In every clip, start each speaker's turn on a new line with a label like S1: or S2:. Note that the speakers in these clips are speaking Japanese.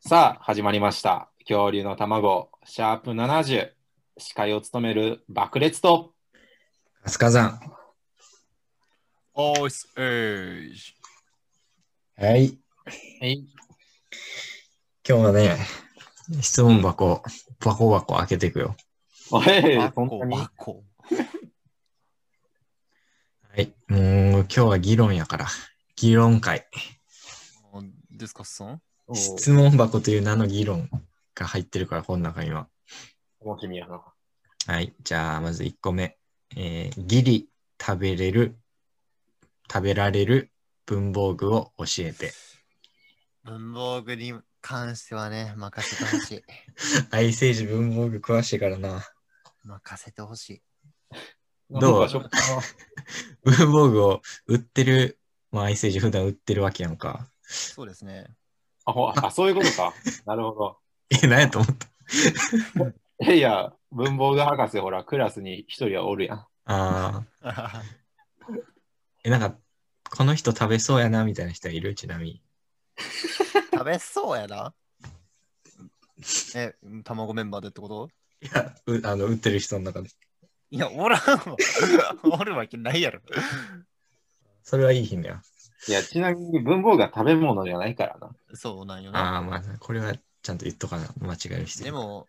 S1: さあ、始まりました。恐竜の卵、シャープ70。司会を務める爆裂と、
S2: 飛鳥山。
S3: おーす、えーし、
S2: はい。
S1: はい、
S2: 今日はね、質問箱、バコバコ開けていくよ。
S1: おい、
S3: バ
S1: そん
S3: コ
S1: なに
S3: バコ。
S2: はい。もう今日は議論やから。議論会。
S3: あデスカスさん
S1: お
S2: 質問箱という名の議論が入ってるから、この中には。
S1: 楽しみやな。
S2: はい。じゃあ、まず1個目。えー、ギリ食べれる、食べられる文房具を教えて。
S3: 文房具に関してはね、任せてほし い。
S2: 愛生児文房具詳しいからな。
S3: 任せてほしい。
S2: どう
S1: なんかしょっぱな
S2: 文房具を売ってる、まあ愛生児普段売ってるわけやんか。
S3: そうですね。
S1: あほあ、そういうことか。なるほど。
S2: え、なんやと思った
S1: いやいや、文房具博士、ほら、クラスに一人はおるやん。
S2: あー。え、なんか、この人食べそうやなみたいな人いるちなみに。
S3: 食べそうやな。え、卵メンバーでってこと
S2: いや、うあの、売ってる人の中で。
S3: いや、おらんわ。 おるわけないやろ。
S2: それはいい姫や。
S1: いや、ちなみに文房具は食べ物じゃないからな。
S3: そうなんよな。
S2: ああ、まあ、これはちゃんと言っとかな。間違える人。
S3: で、も、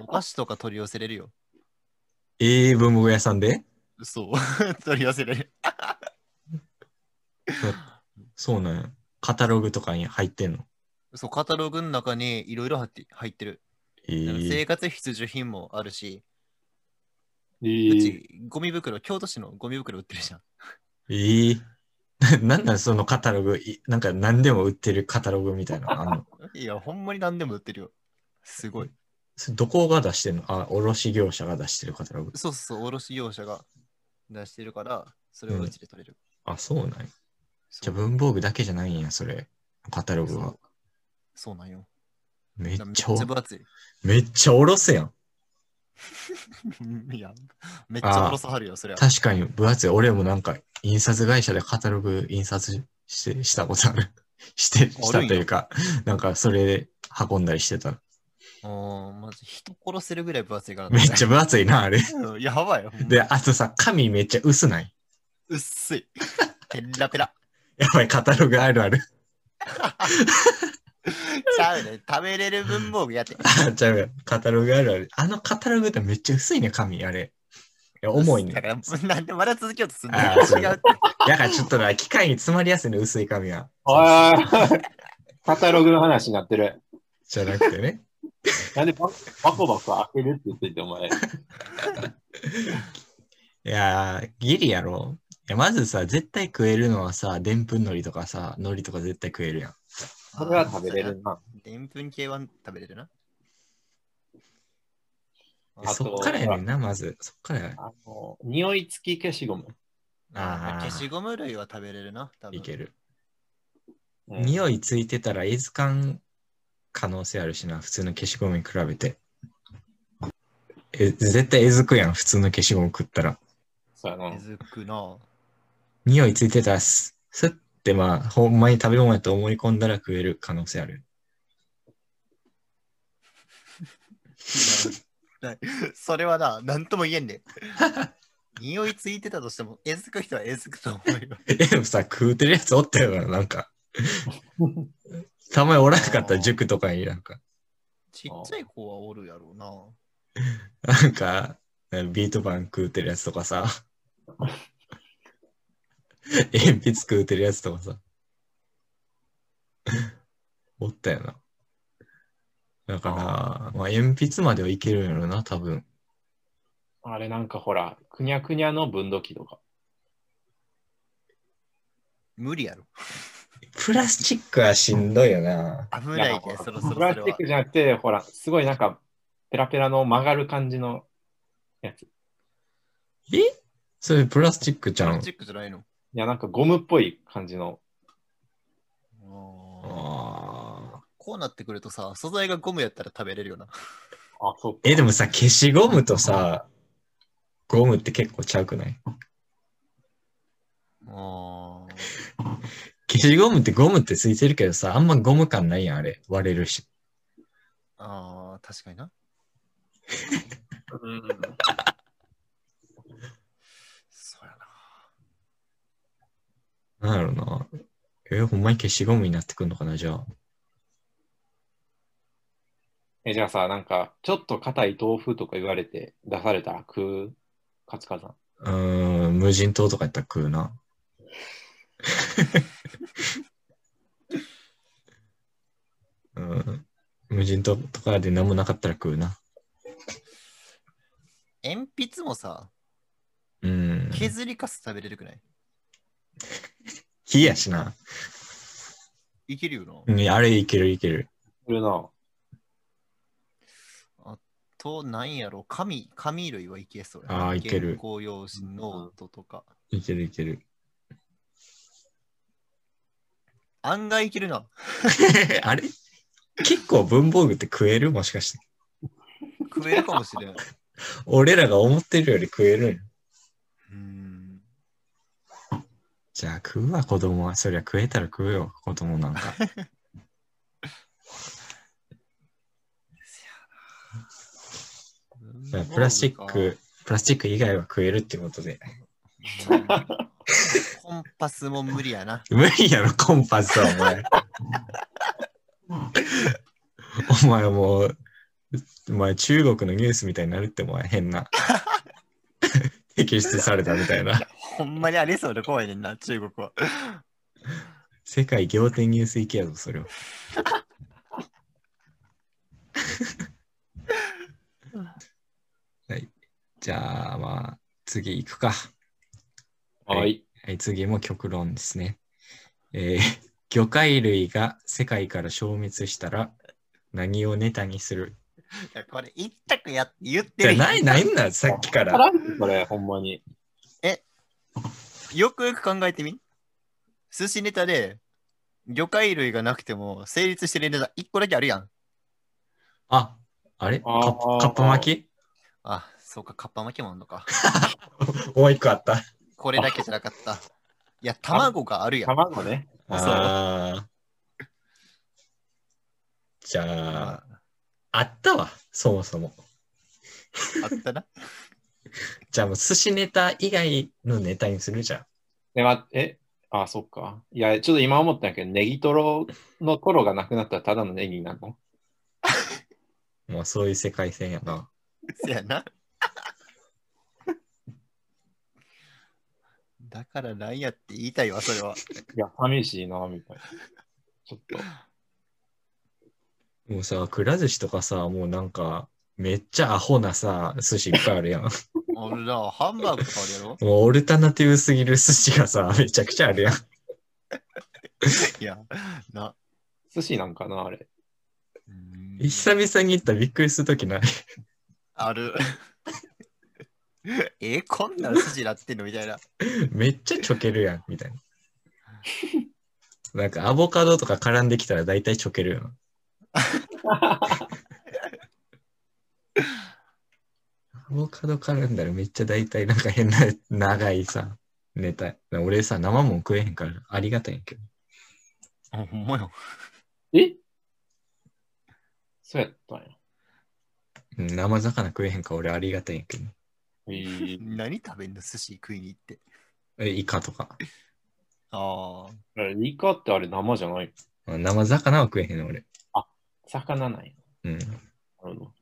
S3: お菓子とか取り寄せれるよ。
S2: ええ文房具屋さん で
S3: そう、 取り寄せれる。
S2: そうなんや。カタログとかに入ってんの。
S3: そう、カタログの中にいろいろ入って入ってる。
S2: ええ
S3: 生活必需品もあるし、
S1: え
S3: う
S1: ー、
S3: ちゴミ袋、京都市のゴミ袋売ってるじゃん。
S2: ええ なんなんそのカタログ、いなんか何でも売ってるカタログみたいなのあんの。
S3: いや、ほんまに何でも売ってるよ。 すごい。
S2: それどこが出してんのあ、卸業者が出してるカタログ。
S3: そうそう、卸業者が出してるから、それをうちで取れる。
S2: あ、そうなんや。じ
S3: そ
S2: ゃあ
S3: う
S2: 文房具だけじゃないんや、それ。カタログは。
S3: そうなんよ。
S2: めっ
S3: めっ
S2: ち
S3: ち
S2: ゃお
S3: ゃ分厚い。
S2: めっちゃおろすやん。
S3: いや、めっちゃおろさはるよ、それは。
S2: 確かに分厚い。俺もなんか、印刷会社でカタログ印刷してしたことある。 して、したというか、なんかそれで運んだりしてた。
S3: おーまず人殺せるぐらい分厚いから、
S2: めっちゃ分厚いな、あれ。
S3: ゃ。やばいよ。ほんま
S2: で、あとさ、紙めっちゃ薄ない。
S3: 薄い。ペラペラ。
S2: やばい、カタログあるある。
S3: ちゃうね。食べれる文房具やって。
S2: あ、ちゃうよカタログあるある。あのカタログってめっちゃ薄いね、紙、あれ。いや、重いね
S3: だ。から、なんでまだ続けようとすんの
S2: あーそう
S3: 違うって。
S2: だからちょっとな、機械に詰まりやすいね、薄い紙は。
S1: あーカタログの話になってる。
S2: じゃなくてね。
S1: なんでババコバコ開けるって言ってて、お前。
S2: いやー、ギリやろ。いや、まずさ、絶対食えるのはさ、でんぷんのりとかさ、のりとか絶対食えるやん。
S1: それは食べれるな。
S3: でんぷん系は食べれるな。
S1: あと
S2: そっからやねんな、まず。そっからや。
S1: あの、匂い付き消しゴム。
S2: あ
S3: 消し
S2: あ、
S3: ゴム類は食べれるな。多分
S2: いける。
S1: うん
S2: 匂いついてたら、絵図鑑可能性あるしな、普通の消しゴムに比べて。え、絶対絵図くやん、普通の消しゴム食ったら。
S1: そうやな
S3: 手。づくな。
S2: 匂いついてたらす、すってまあ、ほんまに食べ物やと思い込んだら食える可能性ある。
S3: ない それはな、なんとも言え んねん。匂いついてたとしても、えずく人はえずくと 思うよ。
S2: え、でもさ、食うてるやつおったよな、なんか。たまにおらんかった、塾とかになんか。
S3: ちっちゃい子はおるやろうな。
S2: なんか、ビート板食うてるやつとか さ。鉛筆食うてるやつとかさ。おったよな。だから、まあ、鉛筆まではいけるんやろな、多分。
S1: あれなんかほら、くにゃくにゃの分度器とか。
S3: 無理やろ。
S2: プラスチックはしんどいよな。
S3: 危ない
S1: いや
S3: ね、そろそろ
S1: プラ
S3: そ
S1: ス
S3: れ
S1: チッ
S3: は
S1: ク。じゃなくて、ほら、すごいなんか、ペラペラの曲がる感じのやつ。い
S2: えそれプラスチックち
S3: プ
S2: ゃ
S3: ラ
S2: ん
S3: スチ。ックじゃないの。
S1: や、なんかゴムっぽい感じの。
S3: あー
S2: あー
S3: こうなってくるとさ、素材がゴムやったら食べれるよな。
S1: あ、そっか。
S2: え、でもさ、消しゴムとさ、ゴムって結構ちゃうくない
S3: あー
S2: 消しゴムってゴムってついてるけどさ、あんまゴム感ないやん、あれ。割れるし。
S3: ああ、確かにな。
S1: うん
S3: そうやな。
S2: なんだろうな。え、ほんまに消しゴムになってくるのかな、じゃあ。
S1: え、じゃあさ、なんか、ちょっと硬い豆腐とか言われて出されたら食うカツカツさん。
S2: うーん、無人島とかやったら食うな。 うん、無人島とかで何もなかったら食うな。
S3: 鉛筆もさ、
S2: うん。
S3: 削りかす食べれるくない、
S2: 火やしな。
S3: いけるよな。
S2: うん、あれいけるいける。
S1: いるな。
S3: と、なんやろ、紙、紙類はいけそうや
S2: あーいける
S3: 原稿用紙、ノートとか。
S2: いけるいける。
S3: 案外いけるな。
S2: あれ結構文房具って食えるもしかして。
S3: 食えるかもしれん。う
S2: 俺らが思ってるより食えるんや
S3: ーん。
S2: じゃあ食うわ、子供は。そりゃ食えたら食うよ、子供なんか。
S3: 文
S2: じゃあ
S3: 房具か
S2: プラスチック、プラスチック以外は食えるってことで。
S3: うんコンパスも無理やな。
S2: 無理やろ、コンパスは、お前。お前もう、お前中国のニュースみたいになるって、お前変な。 摘出されたみたいな。
S3: ほんまにありそうで怖いねんな、中国は。
S2: 世界仰天ニュース行けやぞ、それは。はい。じゃあ、まあ、次行くか。はい
S1: はい。
S2: はい、次も極論ですね。えー 魚介類が世界から消滅したら何をネタにする
S3: いやこれ一択やって言っ
S2: い
S3: て
S2: や
S3: るやん
S2: ないないんだ、さっきから。
S1: 辛いこれ、ほんまに。
S3: よくよく考えてみ。寿司ネタで魚介類がなくても成立してるネタ一個だけあるやん。
S2: あ、あれカ
S1: あー
S2: ッカッパ巻き
S3: あ、そうか、カッパ巻きもあんのか。
S2: もう一個あった。
S3: これだけじゃなかった。いや、卵があるやん。
S1: 卵ね。
S2: あーじゃあ、あったわ、そもそも。
S3: あったな。
S2: じゃあもう寿司ネタ以外のネタにするじゃん。
S1: でまえ、あ、そっか。いや、ちょっと今思ったんやけど、ネギトロのトロがなくなったらただのネギになるの
S2: もうそういう世界線やな。
S3: せや な。だからなんやって言いたいわ、それは。
S1: いや、寂しいな、みたいな。ちょっと。
S2: もうさ、くら寿司とかさ、もうなんか、めっちゃアホなさ、寿司いっぱいあるやん。も
S3: 俺らはハンバーグとかあるやろ
S2: うオルタナティブすぎる寿司がさ、めちゃくちゃあるやん。
S3: いや、な。
S1: 寿司なんかな、あれ。
S3: うん
S2: 久々に行ったらびっくりするときない。
S3: ある。 え、こんな筋なってんのみたいな。
S2: めっちゃちょけるやん、みたいな。なんかアボカドとか絡んできたら大体ちょけるやん。アボカド絡んだらめっちゃ大体なんか変な長いさ、ネタ。俺さ、生もん食えへんからありがたいんやけど。
S3: あほんまよ。
S1: えそうやったんや。
S2: うん生魚食えへんから俺ありがたいんやけど。
S1: えー、
S3: 何食べんの寿司食いに行って。
S2: え、イカとか。
S3: ああ。
S1: あれイカってあれ生じゃない
S2: 生魚は食えへんの俺。
S1: 魚なんや。
S2: うん。じ
S1: なるほど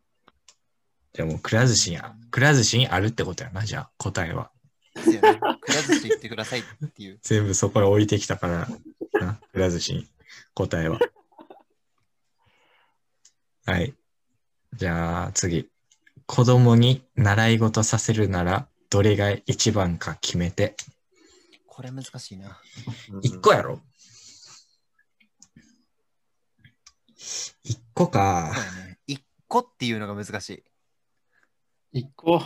S2: ゃあもうくら寿司や。くら寿司にあるってことやな、じゃあ答えは。
S3: そうやなくら寿司行ってくださいっていう。
S2: 全部そこに置いてきたから、な、くら寿司に答えは。はい。じゃあ次。子供に習い事させるなら、どれが一番か決めて。
S3: これ難しいな。
S2: 一個やろ一個か
S3: そう。やね。一個っていうのが難しい。
S1: 一個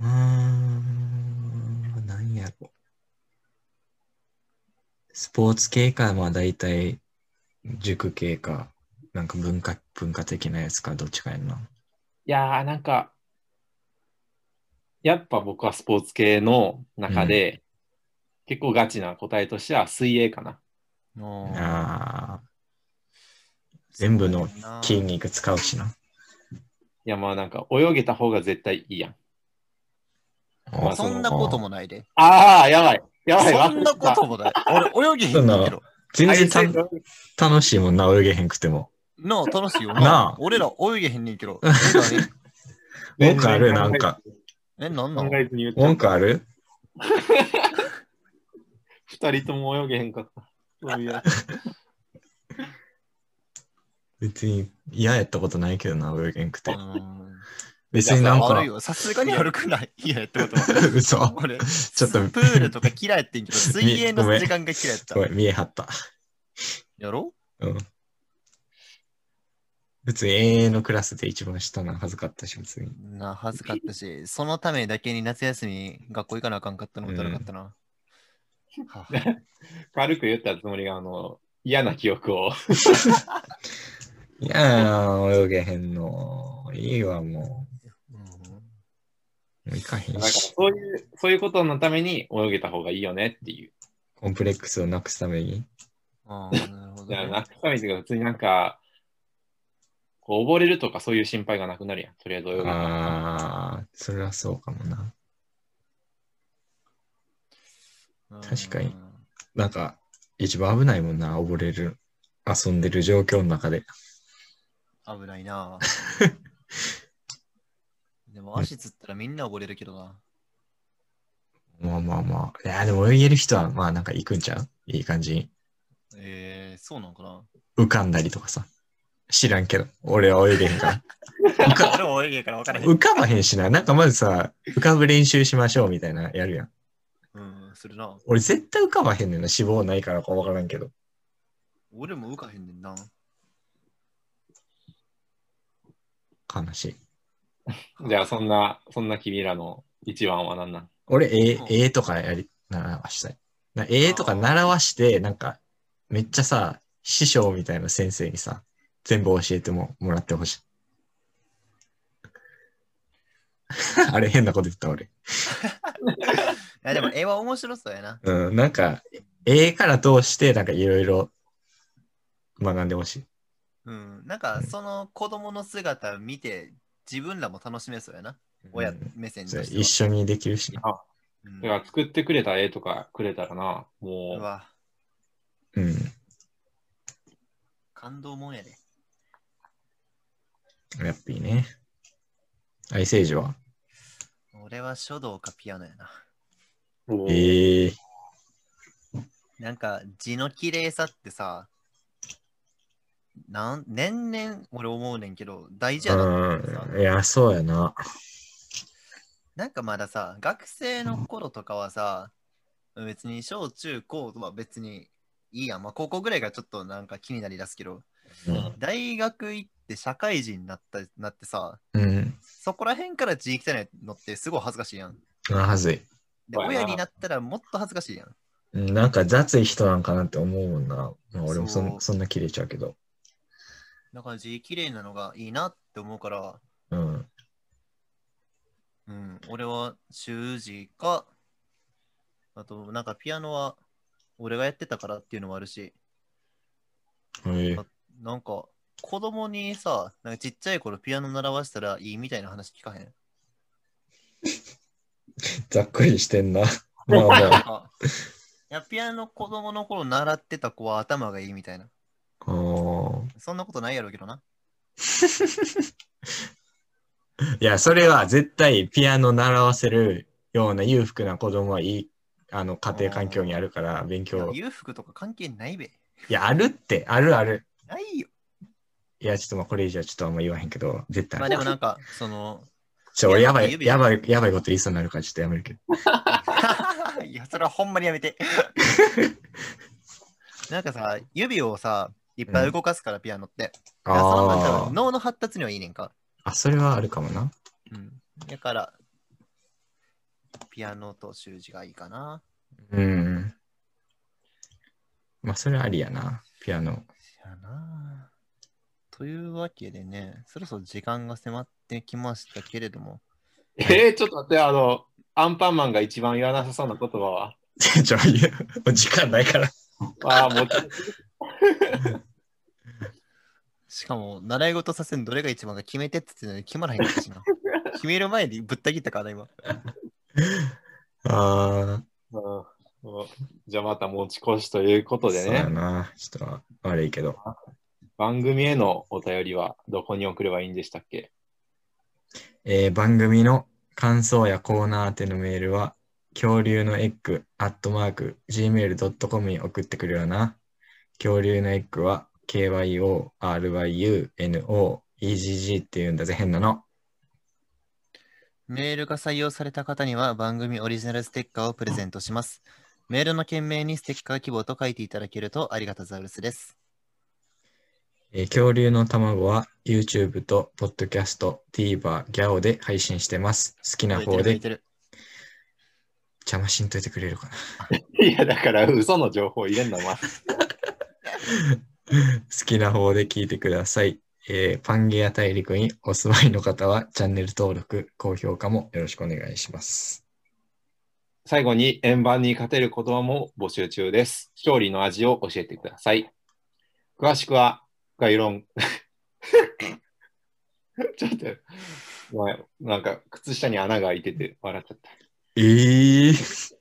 S2: うーん、なんやろ。スポーツ系か、まあ大体、塾系か、なんか文化、文化的なやつか、どっちかやんな。
S1: いやー、なんか、やっぱ僕はスポーツ系の中で、結構ガチな答えとしては水泳かな。
S3: おー
S2: ああ、全部の筋肉使うしな。
S1: いや、まあなんか泳げた方が絶対いいやん。
S2: あ
S3: そんなこともないで。
S1: ああ、やばい。やばい。
S3: そんなこともない。俺、泳ぎへんねんけど。
S2: 全然た
S1: 忘れてた
S2: 楽しいもんな、泳げへんくても。
S3: なあ、楽しいよ
S2: なあ
S3: 俺ら泳げへんねん けど。
S2: 文句あるなんか。
S3: え、なんな
S1: 考
S3: の
S1: えずに言った
S2: 文句ある
S1: 二人とも泳げへんかった。そうい や
S2: 別に嫌やったことないけどな、泳げへんくて。
S3: うん
S2: 別になん
S3: 悪
S2: か
S3: い、よ。さすがに悪くない。いや、ってことは。
S2: 嘘。
S3: 俺、
S2: ちょっと
S3: プールとか嫌いって んけど、水泳の
S2: ごめん
S3: 時間が嫌いやった
S2: ご。めん、見えはった。
S3: やろ
S2: うん。別に永遠のクラスで一番下なの恥ずかったし、別に。
S3: なあ、恥ずかったし、そのためだけに夏休み学校行かなあかんかったのもだるかった な。はあ
S1: 軽く言ったつもりが、あの、嫌な記憶を。
S2: いやー、泳げへんの。いいわ、も
S3: う
S2: う。
S3: ん
S2: もう行かへ
S1: だ
S2: ん
S1: から
S2: し。
S1: そういう、そういうことのために泳げた方がいいよねっていう。
S2: コンプレックスをなくすために。
S3: ああ、なるほど
S1: だから、
S3: ね。
S1: 泣くためにというか、普通になんか、こう溺れるとかそういう心配がなくなるやん。とりあえず泳げたら。
S2: あー、それはそうかもな。確かになんか、一番危ないもんな、溺れる。遊んでる状況の中で。
S3: うん。危ない な。でも足つったらみんな溺れるけどな。
S2: まあまあまあ。いや、でも泳げる人は、まあなんか行くんちゃういい感じに。
S3: えー、そうなんかな。
S2: 浮かんだりとかさ。知らんけど、俺は泳げへんから。浮か
S3: 俺も泳げから分からへん。
S2: 浮かばへんしな。なんかまずさ、浮かぶ練習しましょうみたいなやるやん。
S3: うん、するな。
S2: 俺絶対浮かばへんねんな。脂肪ないからかわからんけど。
S3: 俺も浮かへんねんな。
S2: 悲しい。
S1: じゃあ、そんな、そんな君らの一番は何なん
S2: 俺、え
S3: うん
S2: えとかやり、習わしたい。なえとか習わして、なんか、めっちゃさ、師匠みたいな先生にさ、全部教えてももらってほしい。 あれ、変なこと言った俺。
S3: いやでも絵は面白そうやな。
S2: うん、なんか、えから通して、なんかいろいろ学んでほしい。
S3: うん。なんかその子供の姿見て自分らも楽しめそうやな。親
S2: うん
S3: 目線と
S2: そう
S3: しては
S2: 一緒にできるしな。
S3: うん
S1: だから、作ってくれた絵とかくれたらな、も
S3: う
S1: う、
S3: わ、
S2: うん。
S3: 感動もんやで。
S2: やっぱいいね。アイセージは
S3: 俺は書道かピアノやな。
S1: おー
S2: ええ
S3: なんか字の綺麗さってさ、なん年々俺思うねんけど大事やなって思ってさ
S2: うん。いや、そうやな。
S3: なんかまださ、学生の頃とかはさ、別に小中高は別にいいやん。まあ高校ぐらいがちょっとなんか気になりだすけど、
S2: うん
S3: 大学行って社会人になったなってさ、
S2: うん。
S3: そこら辺から字汚いのってすごい恥ずかしいやん。
S2: あはずい。
S3: で、
S1: そうやな
S3: 親になったらもっと恥ずかしいやん。
S2: うんなんか雑い人なんかなって思うもんな。まあ、俺もそ
S3: そ
S2: ん
S3: う
S2: そんな切れちゃうけど。
S3: だから字綺麗なのがいいなって思うから、
S2: うん。
S3: うん、俺は習字か、あとなんかピアノは俺がやってたからっていうのもあるし、
S2: ええ
S3: あなんか子供にさ、なんかちっちゃい頃ピアノ習わしたらいいみたいな話聞かへん。
S2: ざっくりしてんな。まあま
S3: なん
S2: あ。
S3: かいやピアノ子供の頃習ってた子は頭がいいみたいな。
S2: あー
S3: そんなことないやろうけどな。
S2: いや、それは絶対ピアノ習わせるような裕福な子供はいい、あの、家庭環境にあるから、勉
S3: いや
S2: 強。い
S3: 裕福とか関係ないべ。
S2: や、あるって、あるある。
S3: ないよ。
S2: いや、ちょっとまあこれ以上はちょっとあんま言わへんけど、絶対。
S3: まあでもなんか、その、
S2: ちょ、俺やばい、
S3: 指
S2: やばい、やばいこと言いそうになるからちょっとやめるけど。
S3: いや、それはほんまにやめて。なんかさ、指をさ、いっぱい動かすから、ピアノって。だからその分多
S2: あ
S3: 分脳の発達にはいいねんか。
S2: あ、あ、それはあるかもな。
S3: うん。だから、ピアノと習字がいいかな。
S2: うん。まあ、それはありやな、ピアノ。
S3: やなというわけでね、そろそろ時間が迫ってきましたけれども、
S1: えー、ちょっと待って、あの、アンパンマンが一番言わなさそうな言葉は。
S2: ちょ、いや、もう時間ないから。
S1: ああ、もう、
S3: かも、習い事させるのどれが一番か決めてって言ってたのに決まらへんかったしな。決める前にぶった切ったから、今。
S2: ああ、
S1: うんじゃあまた持ち越しということで
S2: そうや
S1: ね、
S2: な。ちょっと悪いけど。
S1: 番組へのお便りはどこに送ればいいんでしたっけ
S2: えー番組の感想やコーナー宛てのメールは、恐竜のエッグ、アットマーク、gmail.com に送ってくるよな。恐竜のエッグは、kyoryuno,egg っていうんだぜ、変なの。
S3: メールが採用された方には番組オリジナルステッカーをプレゼントします。メールの件名にステッカー希望と書いていただけるとありがたザウルスです。
S2: えー恐竜の卵は YouTube と Podcast、TVer、GAO で配信してます。好きな
S3: 覚え
S2: 方
S3: てる覚
S2: で
S3: えてる。
S2: 邪魔しんといてくれるかな。
S1: いや、だから嘘の情報入れんのは、
S2: 好きな方で聞いてください。えーパンゲア大陸にお住まいの方はチャンネル登録、高評価もよろしくお願いします。
S1: 最後に円盤に勝てる言葉も募集中です。勝利の味を教えてください。詳しくは概要欄。 ちょっと、ごめんなんか靴下に穴が開いてて笑っちゃった。
S2: えー、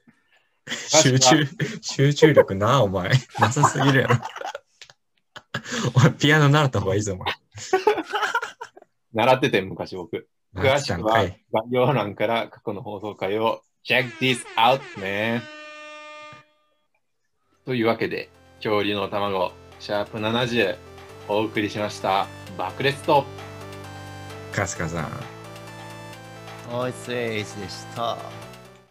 S1: 確
S2: 集
S1: か
S2: 中、集中力な、お前。なさすぎるやろ。 お前、ピアノ習った方がいいぞ、お前。
S1: 習ってて昔僕。詳
S2: 習っ
S1: して
S2: た
S1: く
S2: ん
S1: は
S2: か
S1: 概
S2: い
S1: 要欄から過去の放送回を check this out ね。というわけで、恐竜の卵、シャープ70お送りしました。爆裂と
S2: カスカさん。
S3: おいスエイズでした。